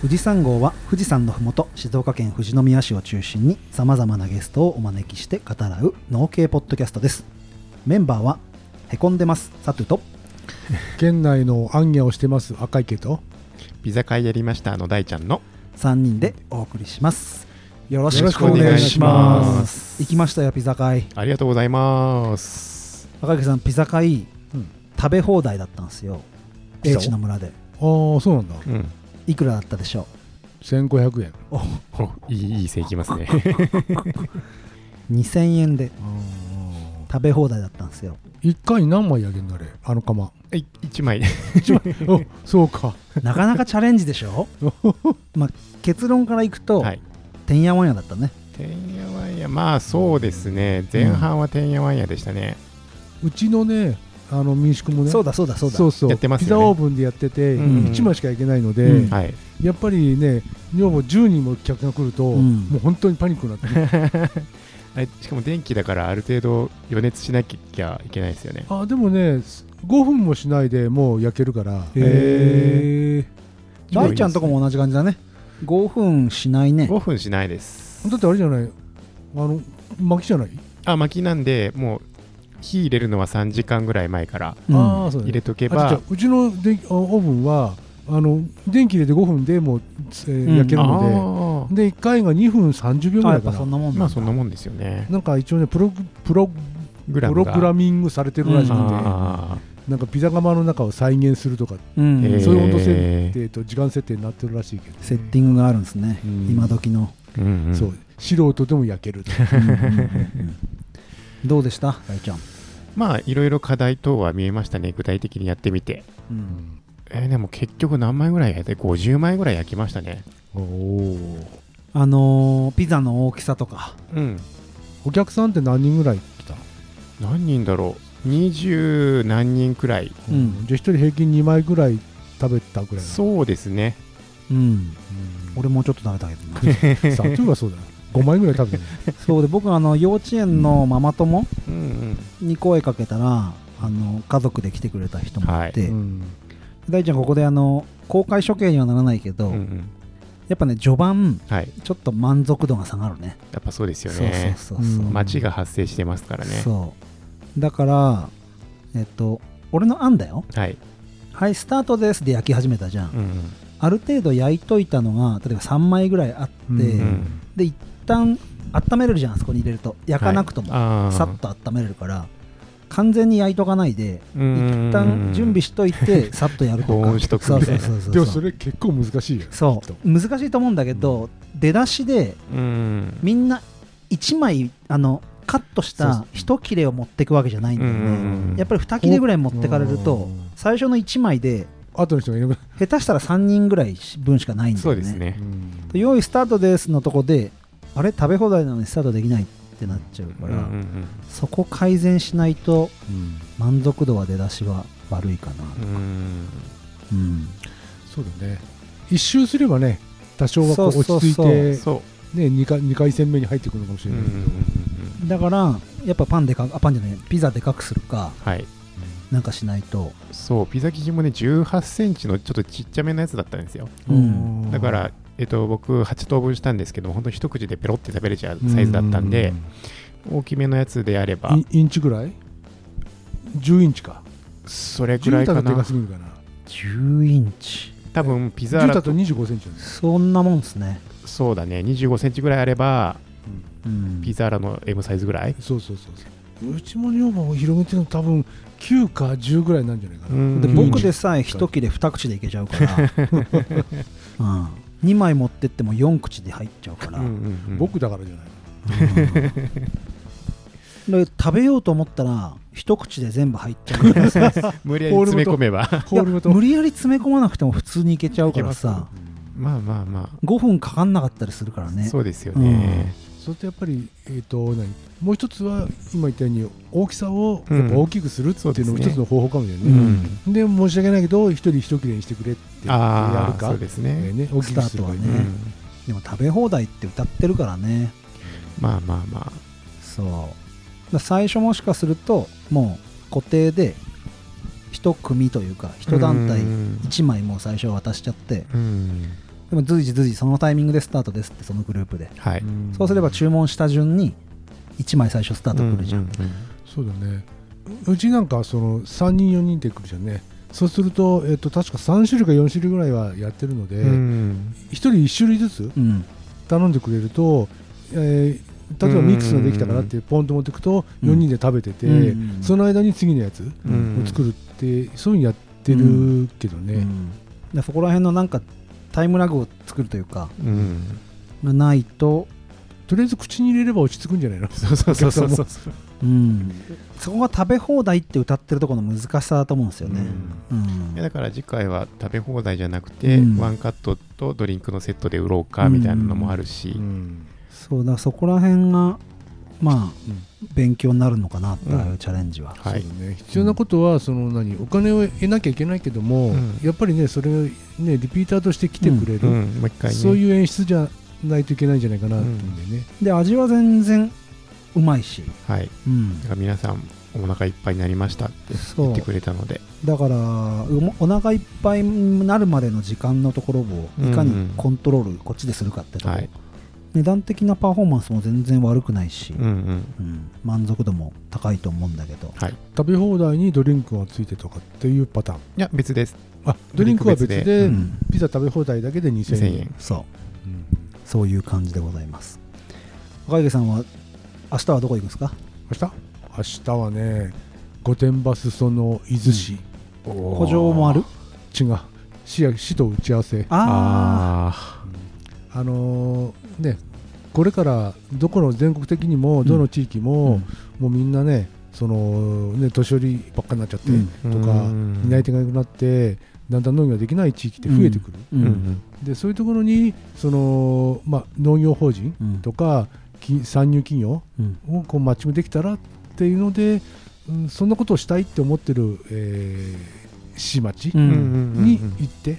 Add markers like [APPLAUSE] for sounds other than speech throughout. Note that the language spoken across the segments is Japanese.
富士山号は富士山のふもと静岡県富士宮市を中心にさまざまなゲストをお招きして語らう農系ポッドキャストですメンバーはへこんでますサトゥと県内のアンギャをしてます赤池とピザ会やりましたの大ちゃんの3人でお送りしますよろししくくおお願願いいししまます行きましたよピザ会ありがとうございます赤池さんピザ会、うん食べ放題だったんですよピ平ザを地の村でああそうなんだうんいくらだったでしょ1500円うおおいいいい線いきますね2000円であ食べ放題だったんですよ1回に何枚焼けんだあれあの釜はい一枚おそうかなかなかチャレンジでしょまあ結論からいくと、はいてんやわんやだったねてんやわんやまあそうですね前半はてんやわんやでしたね、うちのねあの民宿もねそうだだそうだそうだそうそうやってまピすよねザオーブンでやってて、うん1枚しか焼けないので、うんはいやっぱりね女房10人も客が来ると、うんもう本当にパニックになってあれしかも電気だからある程度予熱しなきゃいけないですよねあでもね5分もしないでもう焼けるからへ大ちゃんとかも同じ感じだね5分しないね5分しないですだってあれじゃないあの薪じゃない、あ薪なんでもう火入れるのは3時間ぐらい前からうんああそうだね入れとけあ違ばううちの電気あオーブンはあの電気入れて5分でもう、えーうん焼けるあのーで、で1回が2分30秒ぐあやらっいぱかなそんなもんだまあそんなもんですよねなんか一応ねプロプログプラログムがラミングされてるらしくて、うんあなんかピザ窯の中を再現するとか、うんーそういう温度設えー定と時間設定になってるらしいけど、セッティングがあるんですね、うん今時の、うんうんそう素人でも焼けるうんうんうんどうでした大ちゃん、まあいろいろ課題等は見えましたね具体的にやってみてうんえーでも結局何枚ぐらい焼いて50枚ぐらい焼きましたねおおあのーピザの大きさとかうんお客さんって何人ぐらい来た、何人だろう20何人くらいうんじゃあ1人平均2枚ぐらい食べたぐらいなそうですねうんうん俺もうちょっと食べたけど [LAUGHS] ねさあというかそうだ5枚ぐらい食べたねそうで僕あの幼稚園のママ友うんに声かけたらあの家族で来てくれた人もい [LAUGHS] て、うん大ちゃんここであの公開処刑にはならないけど、うんうんうんやっぱね序盤はいちょっと満足度が下がるねやっぱそうですよそうねそうそうそう、うん街が発生してますからねそうだからえっと俺の案だよはいはいスタートですで焼き始めたじゃん、うんうんある程度焼いといたのが例えば3枚ぐらいあって、うんうんで一旦温めれるじゃんあそこに入れると焼かなくとも、あさっと温めれるから完全に焼いとかないで一旦準備ししとい [LAUGHS] てさっとやるとか保温しとくそうみそたういそなうそうでもそれ結構難しいよそきっとう難しいと思うんだけど、出だしでうんみんな1枚あのカットしそたう一切れを持ってくわけじゃないんだようんうんうねんやっぱり2切れぐらい持ってかれるうとん最初の1枚で後の人がいなくな下手したら3人ぐらい分しかないんだそようねですねで用意スタートですのとこであれ食べ放題なのにスタートできないってなっちゃううかんうら、んうんそこ改善しないとうん満足度は出だしは悪いかな、うんうんそうだね一周すればね多少はこうそう落そうち着いそうてそね二回二回戦目に入ってくるのかもしうれうんうなんいけどうんうんだからやっぱパンでかあパンじゃないピザでかくするかはいなんかしないとそうピザ生地もね1 8センチのちょっとちっちゃめのやつだったんですようんうんだから、えっと、僕8等分したんですけど本当一口でペロって食べれちゃうサイズだったんで大きめのやつであればインインチぐらい10インチかそれくら10いだかとでかなすぎるかな10インチ多分ピザ10だだとと25センチなんですそんなもんですね、そうだね25センチぐらいあればうん、ピザーラの M サイズぐらいそうそうそうそううちも女房を広げてるの多分9か10ぐらいなんじゃないかなでうん僕でさえ一切れ二口でいけちゃうから、うん、2枚持ってっても4口で入っちゃうから、うんうんうん僕だからじゃないで食べようと思ったら一口で全部入っちゃうからさ無理やり詰め込めば [LAUGHS] ホールごといや無理やり詰め込まなくても普通にいけちゃうからさまあまあま5分かかんなかったりするからあねそうですよねそれとやっぱり、えー、と何もう一つは今言ったように大きさをうんやっぱ大きくするっていうのそうもですね一つの方法かもしれない、うねんで申し訳ないけど一人一切れにしてくれってやあるあかそうですねね、大きくするかスタートはねううんでも食べ放題って歌ってるからねまあまあまそうだから最初もしかするともう固定で一組というかあ一団体うん1枚もう最初渡しちゃってうんでも随時随時そのタイミングでスタートですってそのグループではい、そうすれば注文した順に1枚最初スタートくるじゃん、うううそうだねうちなんかはその3人4人で来るじゃんねそうすると、えっと、確か3種類か4種類ぐらいはやってるので、うん1人1種類ずつうん頼んでくれると、えー例えばミックスができたからってポンと持ってくとうん4人で食べてて、うんその間に次のやつをうん作るって、そういうのやってるけどね、でそこら辺のなんかタイムラグを作るというかうんがないと、とりあえず口に入れれば落ち着くんじゃないのそうそうそうそうそううん、そこが食べ放題って歌ってるところの難しさだと思うんですよね、うんいやだから次回は食べ放題じゃなくて、うんワンカットとドリンクのセットで売ろうかみたいなのもあるし、うんそうだからそこら辺がまあ、うん勉強になるのかなっていう、うんチャレンジは、はいそうだね、必要なことはその何お金を得なきゃいけないけども、うんやっぱりねそれを、ね、リピーターとして来てくれうる、ん、もう一回ねそういう演出じゃないといけないんじゃないかなと思うんだよね、で味は全然うまいし、はい、うんだから皆さんお腹いっぱいになりましたってそ言うってくれたのでだからうもお腹いっぱいになるまでの時間のところをいかうんにコントロールこっちでするかってところ、はい、値段的なパフォーマンスも全然悪くないし、うんうんうん満足度も高いと思うんだけど、はい、い食べ放題にドリンクがついてとかっていうパターンや別ですあドリンクは別ドリでンクうんピザ食べ放題だけで2000 2000円円そううんそういう感じでございます若池さんは明日はどこ行くんですか明日明日はね御殿場裾の伊豆市、補助もある違う市や市と打ち合わせああああのーねこれからどこの全国的にもどの地域も、もうみんなねそのね年寄りばっかになっちゃって、うんーとかうん担い手がいなくなってだんだん農業ができない地域って増えてくる、ううんんううんんでそういうところにその、まあ、農業法人うんとか、き参入企業うんをこうマッチングできたらっていうので、うん、そんなことをしたいって思ってる、えー市町うんうんうんうんに行って、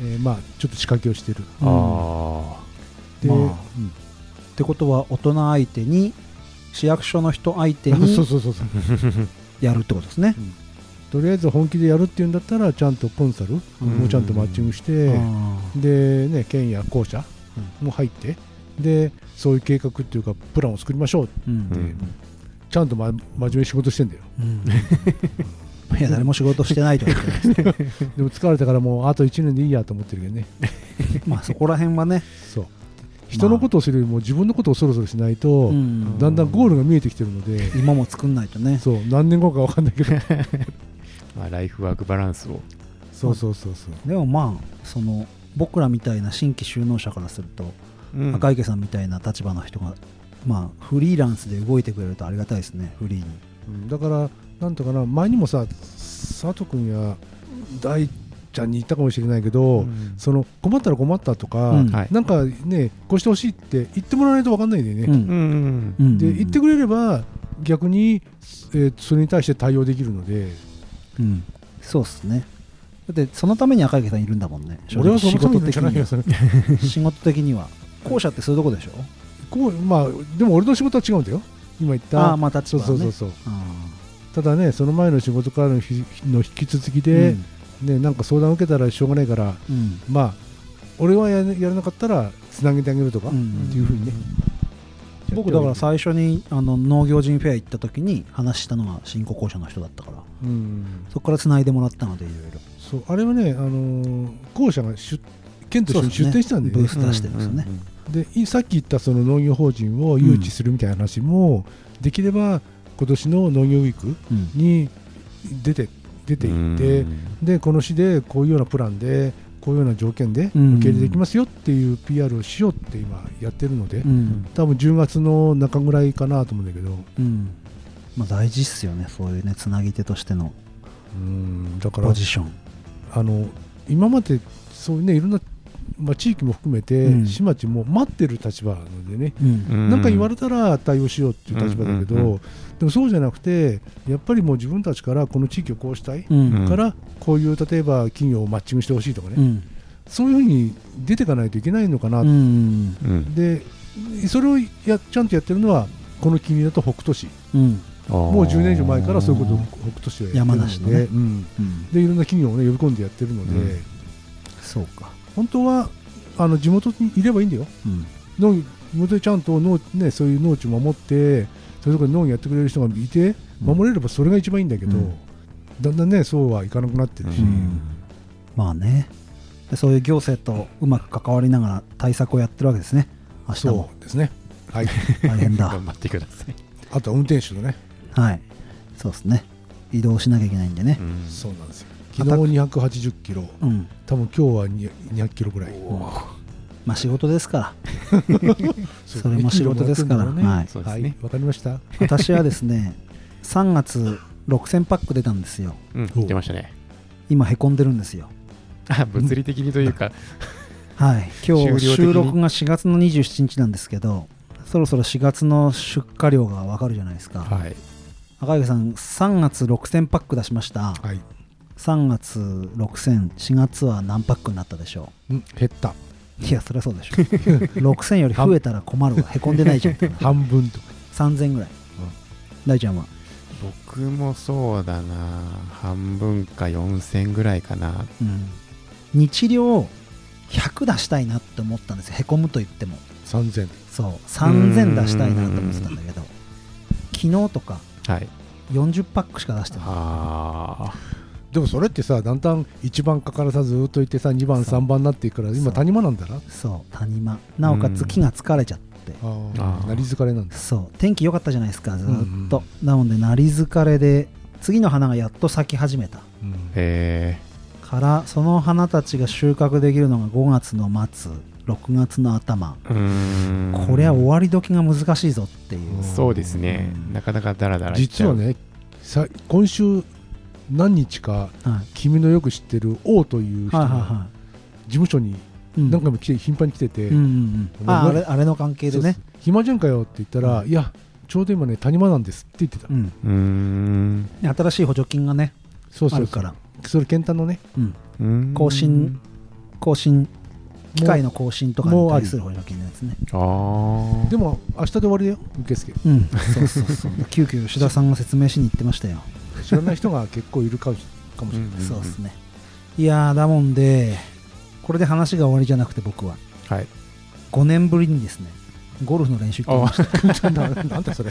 えーまあ、ちょっと仕掛けをしてる。あでまあうんってことは大人相手に市役所の人相 [LAUGHS] 手 [LAUGHS] そうにそうそうそうやるってことですねとりあえず本気でやるっていうんだったらちゃんとコンサルうんもちゃんとマッチングして、あでね県や公社も入って、でそういう計画っていうかプランを作りましょうーうんーうんちゃんと、ま、真面目に仕事してんだようん [LAUGHS] いや誰も仕事してないと思ってますけどでも疲れたからもうあと1年でいいやと思ってるけどねまあそこら辺はね、そう人のことをするよりも自分のことをそろそろしないと、うんだんだんゴールが見えてきてるので、今も作んないとねそう何年後か分かんないけど [LAUGHS] まあライフワークバランスをそうそうそうそうでもまあその僕らみたいな新規就農者からすると、赤池さんみたいな立場の人がまあフリーランスで動いてくれるとありがたいですねフリーにうんだからなんとかな前にもさ佐藤君や大ちゃんに言ったかもしれないけど、うんその困ったら困ったとか、うんはいなんかねこうしてほしいって言ってもらわないと分かんないんだよね、うんうんうんで言ってくれれば逆に、えーそれに対して対応できるのでうんそうっすねだってそのために赤池さんいるんだもんね俺はそのために仕じゃないよ事それ的には仕事的に [LAUGHS] は校舎ってそういうとこでしょこうまあでも俺の仕事は違うんだよ今言ったああまあ立そう場はそねうそうそうあただねその前の仕事からのひの引き続きーで、ね、なんか相談を受けたらしょうがないからうんまあ俺はややらなかったらつなげてあげるとか、うんうんっていうふうにね僕だからさ、最初にあの農業人フェア行った時に話したのが新興校舎の人だったからうん、そこから繋いでもらったのでいろいろそうあれはね、あのー校舎が出県としてそうで出店すねしたんで,、ねブース出してるんですよねうんうんでいさっき言ったその農業法人を誘致するみたいな話も、できれば今年の農業ウィークうんに出て出ていって、でこの市でこういうようなプランでこういうような条件でうん受け入れできますよっていう PR をしようって今やってるので、うん多分10月の中ぐらいかなと思うんだけど、うんまあ大事っすよねそういうねつなぎ手としてのうんだからポジションあの今までそうねいろんな、まあ、地域も含めて、うん市町も待ってる立場なのでね、うんなんか言われたら対応しようっていう立場だけど、うんうんうでもそうじゃなくてやっぱりもう自分たちからこの地域をこうしたい、うんからこういう例えば企業をマッチングしてほしいとかね、うんそういうふうに出ていかないといけないのかな、うんうんでそれをやちゃんとやってるのはこの君だと北斗市うんもう10年以上前からそういうことを北斗市はやって山るので梨のねうんうんでいろんな企業を、ね、呼び込んでやってるので、うんそうか本当はあの地元にいればいいんだよ、農業地元でちゃんと農、ね、そういう農地を守ってそういうところで農業やってくれる人がいて守れればそれが一番いいんだけど、うんだんだんねそうはいかなくなってるし、うんまあねでそういう行政とうまく関わりながら対策をやってるわけですね明日もそうですねはい大変 [LAUGHS] だ頑張ってください。あとは運転手のねはいそうですね移動しなきゃいけないんでねうんそうなんですよ昨日280キロうん、多分今日はに200キロぐらいまあ仕事ですからそうそれも仕事ですから駅でもやってんだろうねはいそうはですいねわかりました私はです [LAUGHS] ね3月6000パック出たんですようん、出ましたね。 [LAUGHS] 今へこんでるんですよあ物理的にというか、はい終今了日的に収録が4月の27日なんですけどそろそろ4月の出荷量がわかるじゃないですか、はい、赤池さん3月6000パック出しましたはい、 3月60004月は何パックになったでしょうん、減ったういやそりゃそうでしょ [LAUGHS] 6000より増えたら困るわへこんでないじゃんってな半分とか3000ぐらい、大ちゃんは僕もそうだな、半分か4000ぐらいかな。うん日量100出したいなって思ったんですよへこむと言っても3000そう3000出したいなと思ってたんだけど昨日とかはい、 40パックしか出してないあでもそれってさだんだん1番かからさずっといてさ2番そう3番になっていくからそ今う谷間なんだなそう谷間なおかうつん木が疲れちゃってああーーなり疲れなんだそう天気良かったじゃないですかずーっとうん、なのでなり疲れで次の花がやっと咲き始めたー、へからその花たちが収穫できるのが5月の末6月の頭、え、うーんこれは終わり時が難しいぞっていう、そうですね、なかなかダラダラしち実ゃはう。ねさ今週何日かはい、君のよく知ってる王という人はいはいがは事務所にい、うん何回も来て頻繁に来ててうんうんうんああれあれの関係でねそうそう暇じゃんかよって言ったら、いや、ちょうど今ね、谷間なんですって言ってた。うんうーんね新しい補助金がねそうあそうるそかう。ら、それ、健太のね、うん、うーん更新更新機械の更新とかもにうあり対する補助金のやつねああでも、明日で終わりだよ、受付。うんそうそうそう [LAUGHS] 急遽吉田さんが説明しに行ってましたよ知らない人が結構いるかもし [LAUGHS] かもしれない。そうですね。ね。いやー、だもんで、これで話が終わりじゃなくて、僕ははい、 5年ぶりにですね、ゴルフの練習行ってきました。ななんだそれ、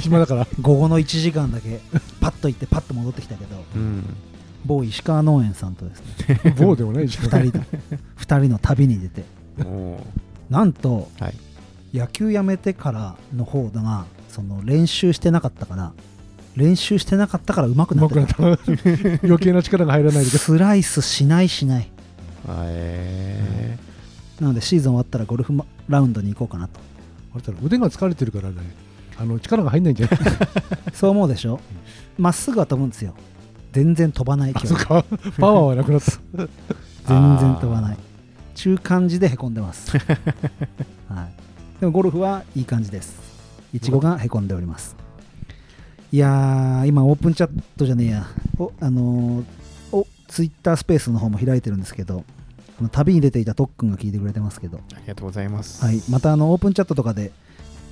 暇だ [LAUGHS] から。午後の1時間だけ、パッと行って、パッと戻ってきたけど、 [LAUGHS] うん、某石川農園さんとですね、棒でもないじゃん。 2人の [LAUGHS] 二人の旅に出て、もなんと、う、はい、野球やめてからの方だが、その練習してなかったから、練習してなかったから上手くなうっまくて。なったた。余計な力が入らないで。スライスしないしない。あえなので、シーズン終わったらゴルフまラウンドに行こうかなと。あれだろ腕が疲れてるからね、あの力が入んないんじゃないそう思うでしょまっすぐは飛ぶんですよ全然飛ばない今あ日 [LAUGHS] そっか、パワーはなくなった。全然飛ばない中間地でへこんでます、はい、でもゴルフはいい感じですいちごがへこんでおりますいやー今オープンチャットじゃねえやおあのーおツイッタースペースの方も開いてるんですけどあの旅に出ていたとっくんが聞いてくれてますけど、ありがとうございます。はい、またあのオープンチャットとかで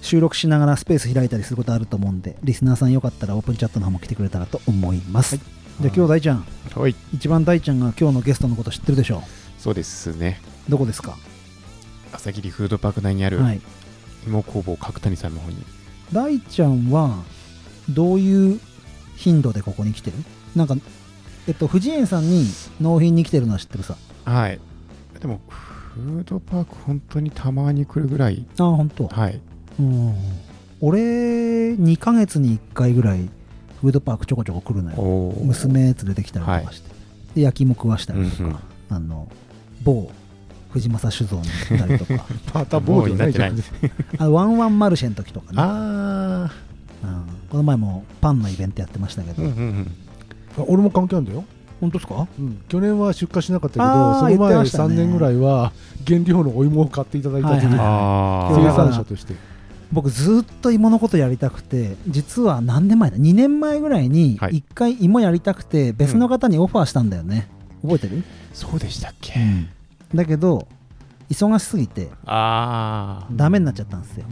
収録しながらスペース開いたりすることあると思うんでリスナーさんよかったらオープンチャットの方も来てくれたらと思います、はじゃあ今日大ちゃんはい、一番大ちゃんが今日のゲストのこと知ってるでしょそうですね。どこですか、朝霧フードパーク内にあるはい、芋工房角谷さんの方に、大ちゃんはどういう頻度でここに来てるなんかえっと藤園さんに納品に来てるのは知ってるさはい。でも、フードパーク、本当にたまに来るぐらい、ああ本当。はい。うん俺2ヶ月に1回ぐらいフードパークちょこちょこ来るのよおー娘連れてきたりとかして、で焼き芋食わしたりとか、うんうんあの某藤正酒造に行ったりと [LAUGHS] かまた棒でもないじゃ棒んにな。あのワンワンマルシェの時とかね、あうんこの前もパンのイベントやってましたけー、ど、うんうんうん。あ俺も関係あるんだよ。本当ですかうん去年は出荷しなかったけあーど、その前言ってました3ね年ぐらいは原料のお芋を買っていただいたという、はいはいあそう生だから産者として。僕ずっと芋のことやりたくて実は何年前だ2年前ぐらいにはい1回芋やりたくて別の方にオファーしたんだよね、覚えてるそうでしたっけ、だけど忙しすぎてあダメになっちゃったんですよ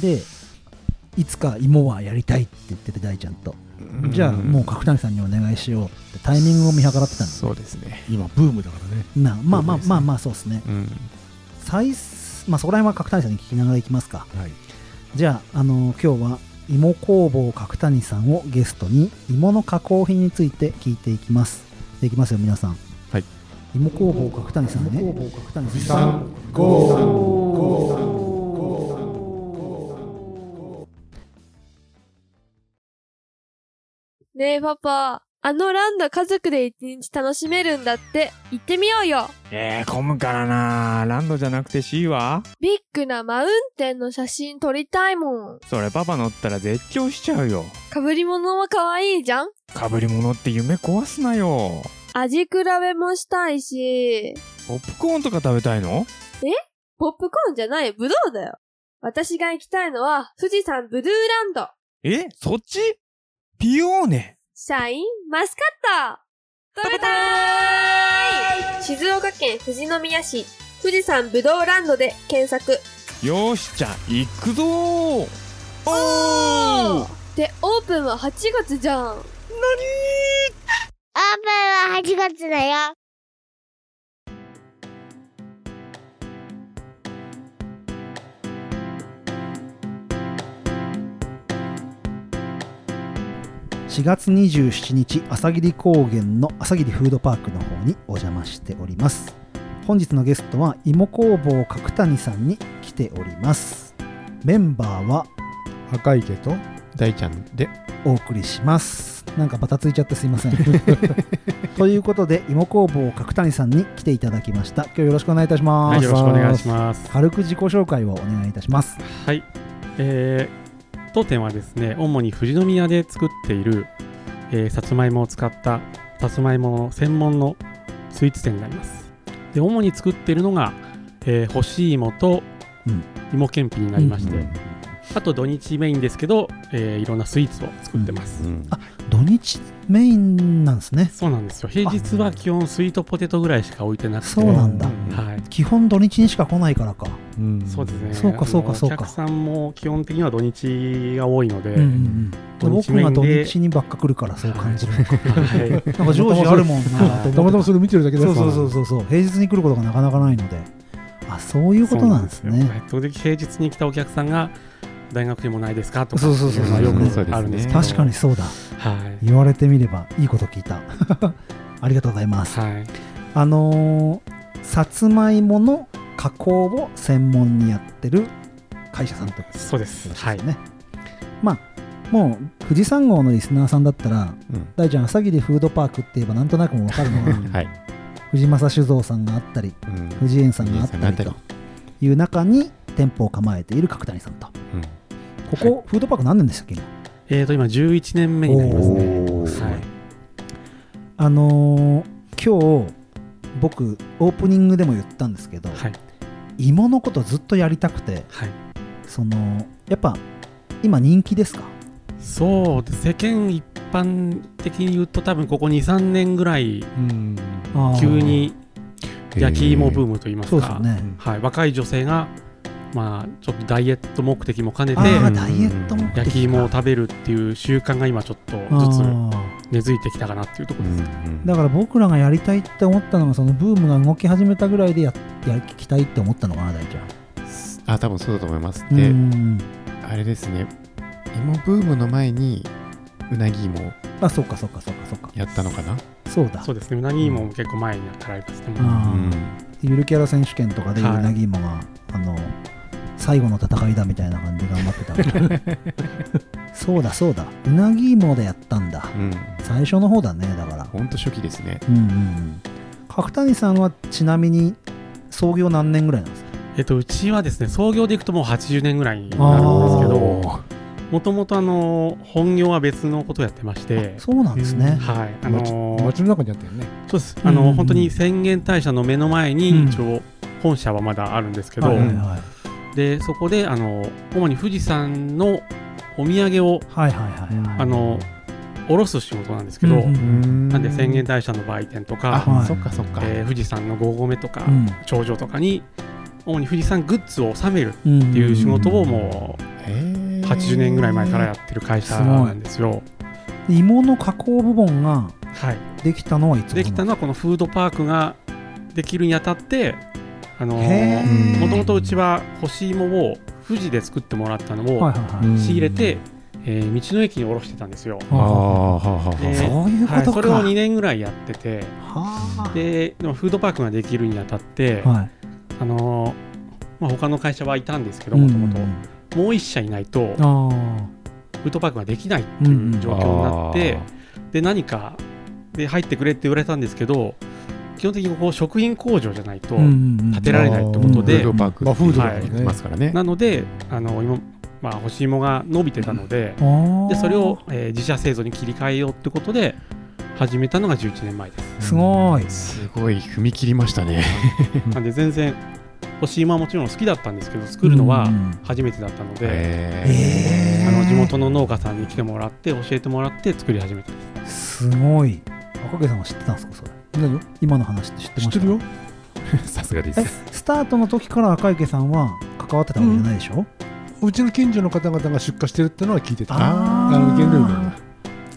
でいつか芋はやりたいって言ってて大ちゃんとー。じゃあもう角谷さんにお願いしようってタイミングを見計らってたんですそうですね。今、ブームだからね。なまあまあそうですねまあまあそうですねうん。最す、まあ、そこら辺は角谷さんに聞きながらいきますかはい、じゃあ、あの今日は芋工房角谷さんをゲストに芋の加工品について聞いていきますいきますよ皆さんはい芋工房角谷さんね芋工房角谷さんねえパパ、あのランド家族で一日楽しめるんだって、行ってみようよえー、混むからなランドじゃなくて C はビッグなマウンテンの写真撮りたいもん。それパパ乗ったら絶叫しちゃうよ。被り物も可愛いじゃん被り物って夢壊すなよ。味比べもしたいし、ポップコーンとか食べたいのポップコーンじゃない、ブドウだよ。私が行きたいのは、富士山ブルーランド、えそっちピオーネ。シャインマスカット食べたーい静岡県富士宮市、富士山ブドウランドで検索。よーし、じゃあ、行くぞーおーで、オープンは8月じゃん。オープンは8月だよ。 4月27日朝霧高原の朝霧フードパークの方にお邪魔しております本日のゲストは芋工房角谷さんに来ておりますメンバーは赤池と大ちゃんでお送りしますなんかバタついちゃってすいま [LAUGHS] せんということで芋工房角谷さんに来ていただきました今日よろしくお願いいたします、はい、よろしくお願いします。軽く自己紹介をお願いいたしますはい、えー、当店はですね、主に富士宮で作っている、えーさつまいもを使ったさつまいも専門のスイーツ店になります。で、主に作っているのが、えー干し芋と、うん芋けんぴになりまして、うんあと土日メインですけど、えーいろんなスイーツを作ってます。土日メインなんですねそうなんですよ。平日は基本スイートポテトぐらいしか置いてなくて、そうなんだはい。基本土日にしか来ないからかうんそうですね。そうかそうかそうかあのお客さんも基本的には土日が多いので、うんうんうん、土日僕メイがンで土日にばっか来るからそう感じるのか、 [LAUGHS] はいなんか常時あるもんなとたまた思まってそれ見てるだけだそうかそらうそうそうそう平日に来ることがなかなかないのであそういうことなんですそうねなんですよ圧倒的に平日に来たお客さんが大学にもないですかとかそうそうそういのがよそうくですねあるんですけど確かにそうだはい言われてみればいいこと聞いた [LAUGHS] ありがとうございます、はいあのーさつまいもの加工を専門にやってる会社さんってことそうですですよはいね、まあもう富士山号のリスナーさんだったらうん大ちゃん朝霧フードパークって言えばなんとなくもう分かるのが [LAUGHS] はい藤正酒造さんがあったりうん藤園さんがあったり藤園さんとがあっいう中に店舗を構えている角谷さんとうんここ、フードパーク何年でしたっけ今えーと今11年目になりますねおーすごいはいあのー今日僕オープニングでも言ったんですけど、はい芋のことずっとやりたくてはいそのやっぱ今人気ですかそうです世間一般的に言うと多分ここ23年ぐらいうん急に焼き芋ブームといいますそうですよか、ねはい、若い女性がまあちょっとダイエット目的も兼ねてあーでダイエットも焼き芋を食べるっていう習慣が今ちょっとずつ根付いてきたかなっていうとこうろです、んだから僕らがやりたいって思ったのがそのブームが動き始めたぐらいでややりきたいって思ったのかな大ちゃんあ多分そうだと思いますうでんあれですね芋ブームの前にうなぎ芋をあそうかそうかそうかそうかやったのかなそうだそうですねうなぎ芋も結構前になられましたね、あーうんゆるキャラ選手権とかでゆはいるなぎもが、あの最後の戦いだみたいな感じで頑張ってたそうだそうだうなぎ芋でやったんだうん最初の方だねだからほんと初期ですねうんうんうん角谷さんはちなみに創業何年ぐらいなんですかえっと、うちはですね創業でいくともう80年ぐらいになあるんですけーどもともとあの本業は別のことをやってましてあそうなんですね、はいあ街の街の中にあったよねそうですうんあの本当に宣言大社の目の前うんに一応本社はまだあるんですけど、はいはいはいでそこであの主に富士山のお土産をはいはいはいはいあの卸す仕事なんですけど、うんうんなんで宣言大社の売店とあ、か、はいそっかそっか、えー富士山の5合目とか、うん頂上とかに主に富士山グッズを収めるっうんていう仕事をもうへー80年ぐらい前からやってる会社なんですよ。芋の加工部門がはい、できたのはいつ頃できたのはこのフードパークができるにあたってあのへーーもともとうちは干し芋を富士で作ってもらったのはいをはいはい、仕入れて、えー道の駅に卸してたんですよ。あーはあはあはえあーそういうこはい、とそれか、をは2年ぐらいやっててあででもフードパークができるにあたって、はいあのーまあ、他の会社はいたんですけどうんもうとんもともう1社いないとあフードパークができないっていう状況になって、あで何かで入ってくれって言われたんですけど基本的にここ食品工場じゃないとあうんうん建てられないってことフーで、ドパークまあフードだからねって言ってますからね。なのであの今、まあ、干し芋が伸びてたので,、あーでそれを、えー自社製造に切り替えようってことで始めたのが11年前ですすごいすごい踏み切りましたね。なんで全然干し芋はもちろん好きだったんですけど作るのはうんうん初めてだったので、ええーあの地元の農家さんに来てもらって教えてもらって作り始めたすごい赤毛さんは知ってたんですかそれ何を今の話って知って知まっしたてるよーさすがでえす。スタートの時から赤池さんは関わってたわけじゃないでしょ、うちの近所の方々が出荷してるってのは聞いてたあーあの原料だよね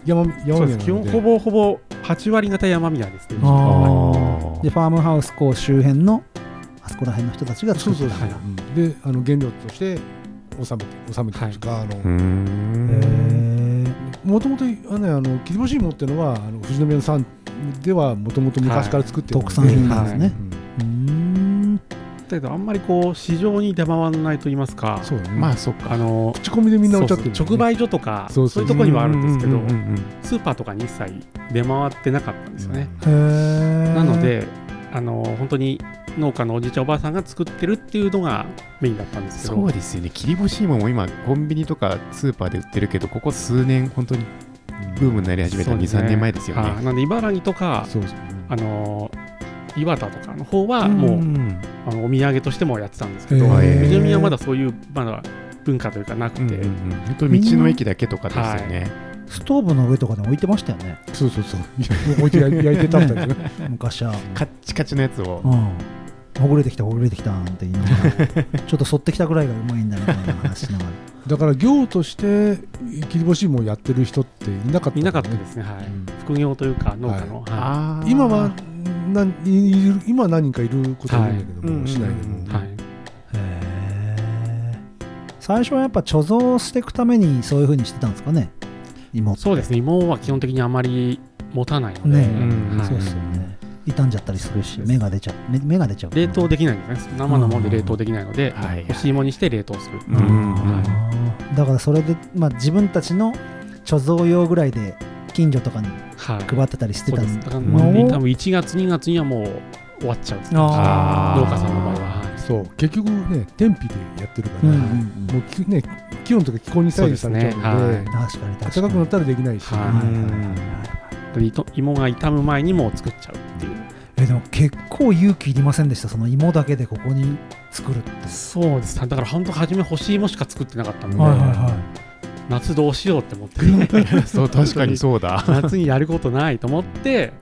山そ山うで宮すな基本のほでぼほぼ8割方山宮ですねああーーでファームハウスこう周辺のあそこら辺の人たちがそ作うってそたうそうかはうんであの原料として納めて納めてるんですか、あのうーらへん。もともとあのねあの切り干し芋っていうのはあの富士宮さんではもともと昔から作ってるの特で産品なんですね、うんうーんだけどあんまりこう市場に出回らないと言いますかそうだね、ままああそっか。あの口コミでみんなおっちゃってる、ね、そうそう直売所とかそそううそういうところにはあるんですけど、うううんうんスーパーとかに一切出回ってなかったんですよね、へえなのであの本当に農家のおじいちゃんおばあさんが作ってるっていうのがメインだったんですけどそうですよね。切り干し芋も今コンビニとかスーパーで売ってるけど、ここ数年本当にブームになり始めたそう2、ですね3年前ですよはいね。なんで茨城とかそうそうあの岩田とかの方はもう、うんあのお土産としてもやってたんですけどへー富士宮はまだそういうまだ文化というかなくうんうて、んうん本当に道の駅だけとかですよね。ストーブの上とかで置いてましたよねそうそうそう思いっきり焼いて食べたりとか [LAUGHS] 昔はカッチカチのやつをう。んほぐれてきたほぐれてきたなんて言いなが [LAUGHS] らちょっと反ってきたぐらいがうまいんだなみたいな話しながらだから業として切り干し芋をやってる人っていなかったいんだよね、なかったですね、はいうん副業というか農家の、はいあー今はなんいる今は何人かいることは多いんだけども、はい市内でうんうんも、うんはいへえ最初はやっぱ貯蔵していくためにそういうふうにしてたんですかね芋ってそうですね芋は基本的にあまり持たないので、ねうんはいそうですよね傷んじゃったりするし芽が出ちゃう芽芽が出ちゃう冷凍できないんですね生のもので冷凍できないのではい干し芋にして冷凍する、うんうんはいあーだからそれで、まあ、自分たちの貯蔵用ぐらいで近所とかにはい配ってたりしてそうたですだからのを多分1月2月にはもう終わっちゃうあー農家さんの場合は、はいそう結局ね天日でやってるかうら、んうんもうんうきね気温とか気候に左右されちゃうのそうでですね確かに確か暖にかくなったらできないし、ははいはいはいうんでいと芋が傷む前にもう作っちゃうっていうえでも結構勇気いりませんでしたその芋だけでここに作るってそうですだから本当初め干し芋しか作ってなかったので、はいはいはい夏どうしようって思ってそう、確かにそうだ。 [LAUGHS] 夏にやることないと思って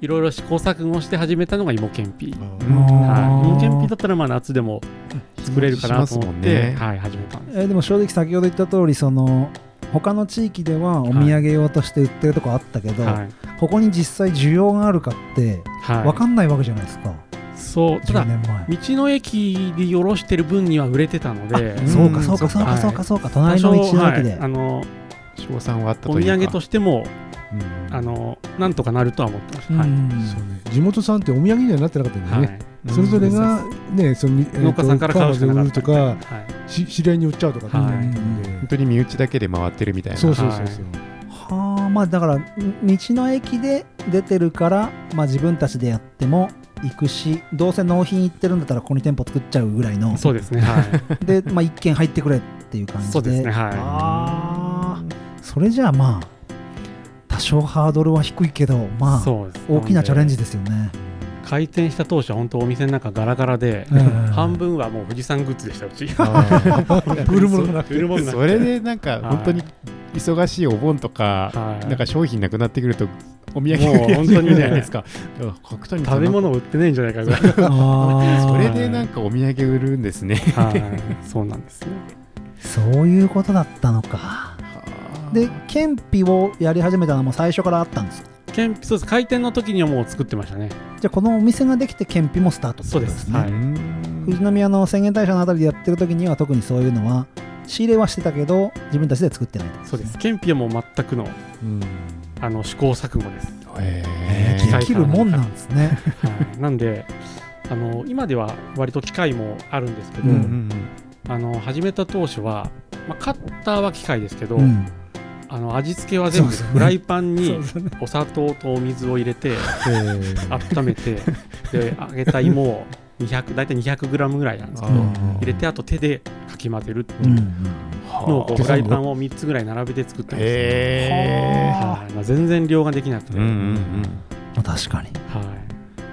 いろいろ試行錯誤して始めたのが芋けんぴあーはい芋けんぴだったらまあ夏でも作れるかなと思しますっもんて、ねはい、始めたんですえーでも正直先ほど言った通りその他の地域ではお土産用として売ってるとこあったけど、はいここに実際需要があるかってはい、分かんないわけじゃないですか、そうた10だ年前道の駅でよろしてる分には売れてたのでんそうかそううかんそうかそうはかいそうか、隣の道の駅で、はいあの賞賛はあったおという土か。産としてもうんあのなんとかなるとは思ってましうた、んはいそうね、地元産ってお土産にはなってなかったんだよはね、いそれぞれが、ね、そのえーと農家さんから買うしかなかったファーマーズ売るとか、はいし知り合いに売っちゃうとかってはいなので、本当に身内だけで回ってるみたいな。そうそうそうそう、はあまあだからん道の駅で出てるから、まあ、自分たちでやっても行くしどうせ納品行ってるんだったらここに店舗作っちゃうぐらいのそうですねはいで、まあ、一軒入ってくれっていう感じでそうですねはあーそれじゃあまあ多少ハードルは低いけどい、まあそうです大きなチャレンジでですよね、開店した当初は本当お店の中ガラガラえで、え半分はもう富士山グッズでしたうち売るものがなく売るものなくてそれでなんか本当に忙しいお盆とか、はいなんか商品なくなってくるとお土産もう本当にねじゃないですか。だから角谷さん食べ物売ってないんじゃないかぐらい、あーそれでなんかお土産売るんですね。はい、そうなんですよそういうことだったのかで憲秘をやり始めたのも最初からあったんですかけんぴそうです開店の時にはもう作ってましたねじゃあこのお店ができて憲秘もスタートってことですねそうで [LAUGHS] すはいうん富士宮の宣言大社のあたりでやってる時には特にそういうのは仕入れはしてたけど自分たちで作ってないってことそうです憲兵も全くのうんあの試行錯誤です、へ機ー械できるもんなんですねはい、なんであの今では割と機械もあるんですけど、ううんんうんあの始めた当初は、まあ、カッターは機械ですけど、うんあの味付けは全部そうですねフライパンにそうですねお砂糖とお水を入れてえー温めてで揚げた芋を200大体 200g ぐらいなんですけどうん入れてあと手でかき混ぜるってういんううんのをはこう手フラ作業イパンを3つぐらい並べて作ってあましたへはいまあ全然量ができなくて、ーうんうんまあ確かには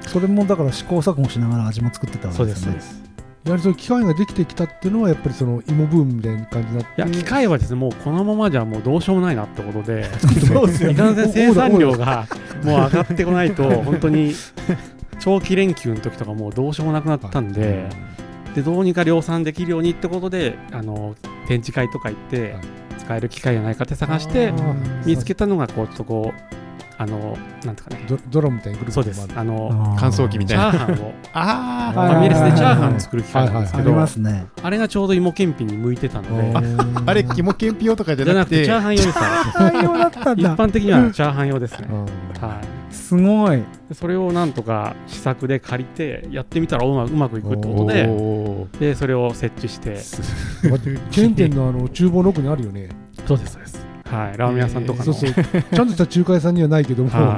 それもだから試行錯誤しながら味も作ってたい、わそけうでですすそうねですやはりその機械ができてきたっていうのはやっぱりその芋ブームみたいな感じになっいてや機械はですねもうこのままじゃもうどうしようもないなってことでそうですよいかんせん生産量がもう上がってこないと [LAUGHS] 本当に長期連休の時とかもうどうしようもなくなったんででどうにか量産できるようにってことであの展示会とか行ってはい使える機械がないかって探して見つけたのがこうちょっとこうあのなんですかねドドラムみたいにくるそうですあのうん乾燥機みチたいャーなハンをあ [LAUGHS] はいはいはいファミレスでチャはーいはいハはいン作る機械なんですあけりどますねあれがちょうど芋けんぴに向いてたのでああれ肝検品用とかじゃじゃななくくててチャーハン用 [LAUGHS] ですから対応だったん一だ般的にはチャーハン用ですね。ははすごいい、でそれをなんとか試作で借りてやってみたらうまうまくいくってことでおーでそれを設置してチェーン店のあの厨房の奥にあるよねそうですそうです、はい、ラーメン屋さんとかその,、うそうちゃんとした仲介さんにはないけどもあは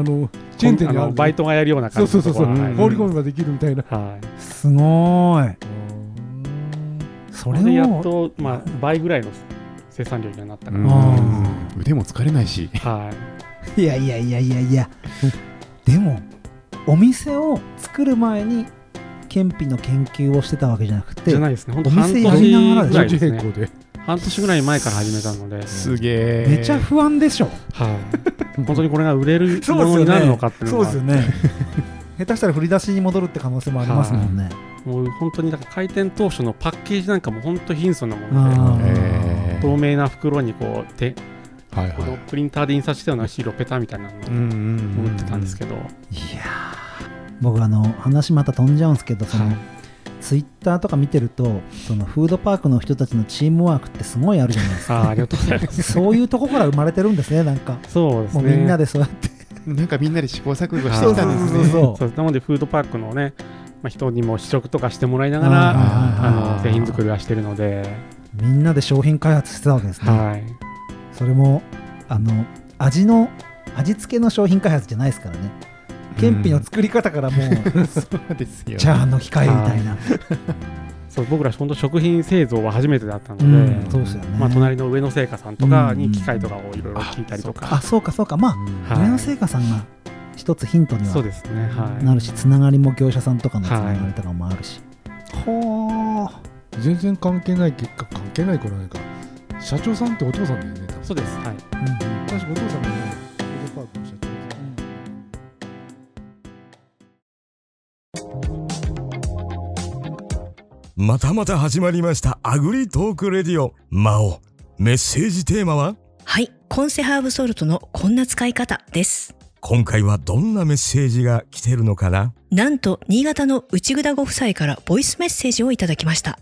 いのチェーン店にああのるバイトがやるようなそ感うじそうのそとうそうころうんはい放り込みができるみたいなはいすごいそこれれでやっをと、まあ、倍ぐらいの生産量にはなったかうんな、あ腕も疲れないしはいいやいやいやいやいやでもお店を作る前に憲品の研究をしてたわけじゃなくてじゃないですね本当お半店年やりながらぐでしょら同時並いですね行で半年ぐらい前から始めたので、すげえめちゃ不安でしょはい、本当にこれが売れるそうもですよねのになるのかっていうのそうがですよね下手したら振り出しに戻るって可能性もありますもんねもう本当にだから開店当初のパッケージなんかも本当貧相なものであえ透明な袋にこう手はいこのプリンターで印刷したような白ペタみたいなのうんうんを売ってたんですけど、ーいやー僕あの話また飛んじゃうんですけどその、はいツイッターとか見てるとそのフードパークの人たちのチームワークってすごいあるじゃないですあかあありがとうございます [LAUGHS] そういうとこから生まれてるんですねなんかそうですもねうみんなでそうやってなんかみんなで試行錯誤してきたんですそうそうそうねそうそうなのでフードパークのね、まあ、人にも試食とかしてもらいながはいらはいはいあの製品作りはしてるので、みんなで商品開発してたわけですね、はい、それもあの味の味付けの商品開発じゃないですからね憲品の作り方からもう、 [LAUGHS] そうですよチャーハンの機械みたいな、そう僕ら本当食品製造は初めてだったので、うんそうですよね、まあ、隣の上野製菓さんとかに機械とかをいろいろ聞いたりとあか、そうかそうかまあ、はい上野製菓さんが一つヒントにそはうですねはいなるしつながりも業者さんとかのつながりとかもあるし、ほー全然関係ない結果関係ない子ないか社長さんってお父さんだよね多分そうですはい確かお父さんだよねフードパークの社長さんまたまた始まりましたアグリトークレディオ魔王メッセージテーマははい、コンセハーブソルトのこんな使い方です。今回はどんなメッセージが来てるのかななんと、新潟の内ぐだご夫妻からボイスメッセージをいただきました。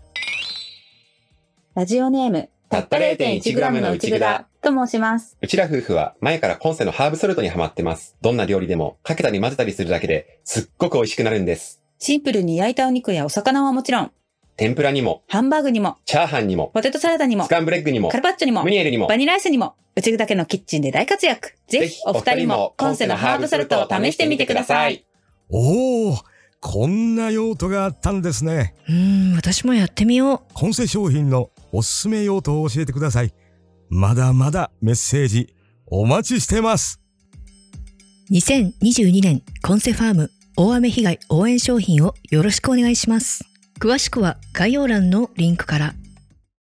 ラジオネーム、たった 0.1g の内蔵と申します。うちら夫婦は前から今世のハーブソルトにハマってます。どんな料理でもかけたり混ぜたりするだけですっごく美味しくなるんです。シンプルに焼いたお肉やお魚はもちろん、天ぷらにも、ハンバーグにも、チャーハンにも、ポテトサラダにもス、カンブレッグにもカ、ルパッチョにもム、ニエルにもバ、ニラアイスにも、内ぐだけのキッチンで大活躍。ぜひ、お二人も、今世のハーブソルトを試してみてください。。おおこんな用途があったんですねうーん、私もやってみよコンセ商品のおすすめ用途を教えてくださいまだまだメッセージお待ちしてますう。2022年、コンセファーム大雨被害応援商品をよろしくお願いします。詳しくは概要欄のリンクから。